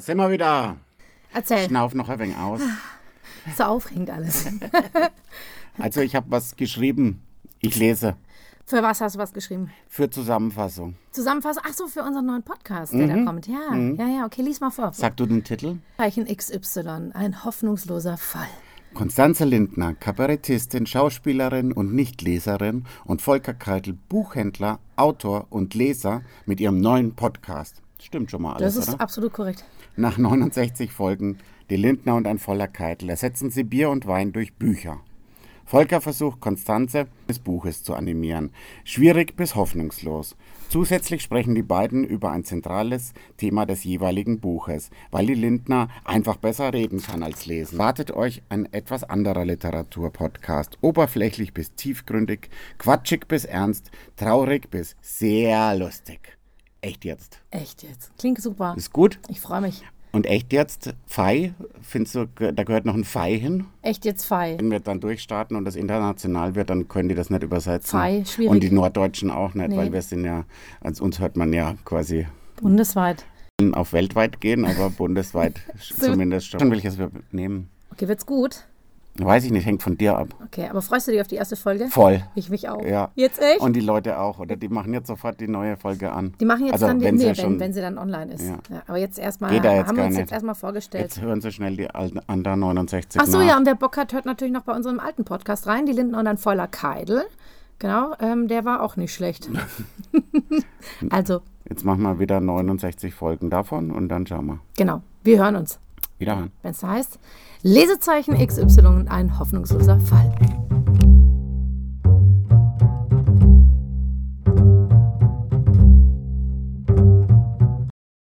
sind wir wieder. Erzähl. Schnauf noch ein wenig aus. So aufregend alles. Also ich habe was geschrieben. Ich lese Für was hast du was geschrieben? für Zusammenfassung. Zusammenfassung. Ach so, für unseren neuen Podcast, der Mhm. da kommt. Ja, ja, ja. Okay, lies mal vor. Sag du den Titel? Zeichen XY. Ein hoffnungsloser Fall. Konstanze Lindner, Kabarettistin, Schauspielerin und Nichtleserin und Volker Keitel, Buchhändler, Autor und Leser mit ihrem neuen Podcast. Stimmt schon mal Das alles, ist oder? absolut korrekt. Nach 69 Folgen, die Lindner und ein voller Keitel ersetzen sie Bier und Wein durch Bücher. Volker versucht, Konstanze des Buches zu animieren. Schwierig bis hoffnungslos. Zusätzlich sprechen die beiden über ein zentrales Thema des jeweiligen Buches, weil die Lindner einfach besser reden kann als lesen. Wartet euch ein etwas anderer Literaturpodcast. Oberflächlich bis tiefgründig, quatschig bis ernst, traurig bis sehr lustig. Echt jetzt. Echt jetzt. Klingt super. Ist gut? Ich freue mich. Und echt jetzt, Fei, findest du, ge- da gehört noch ein Fei hin? Echt jetzt fei. Wenn wir dann durchstarten und das international wird, dann können die das nicht übersetzen. Fei, schwierig. Und die Norddeutschen auch nicht, Nee. weil wir sind ja, als uns hört man ja quasi Bundesweit. auf weltweit gehen, aber bundesweit sch- zumindest schon. Schon welches wir nehmen. Okay, wird's gut? Weiß ich nicht, hängt von dir ab. Okay, aber freust du dich auf die erste Folge? Voll. Ich mich auch. Ja. Jetzt echt? Und die Leute auch, oder? Die machen jetzt sofort die neue Folge an. die machen jetzt also, dann die, wenn sie nee, schon, wenn, wenn sie dann online ist. Ja. aber jetzt erstmal Geht da jetzt haben wir gar uns jetzt nicht. erstmal vorgestellt. Jetzt hören sie schnell die alten anderen 69 Ach so, nach. ja, und wer Bock hat, hört natürlich noch bei unserem alten Podcast rein, die Linden und ein voller Keidel. Genau, ähm, der war auch nicht schlecht. also, Jetzt machen wir wieder 69 Folgen davon und dann schauen wir. genau, wir hören uns, Wiederhören. wenn es heißt Lesezeichen XY, ein hoffnungsloser Fall.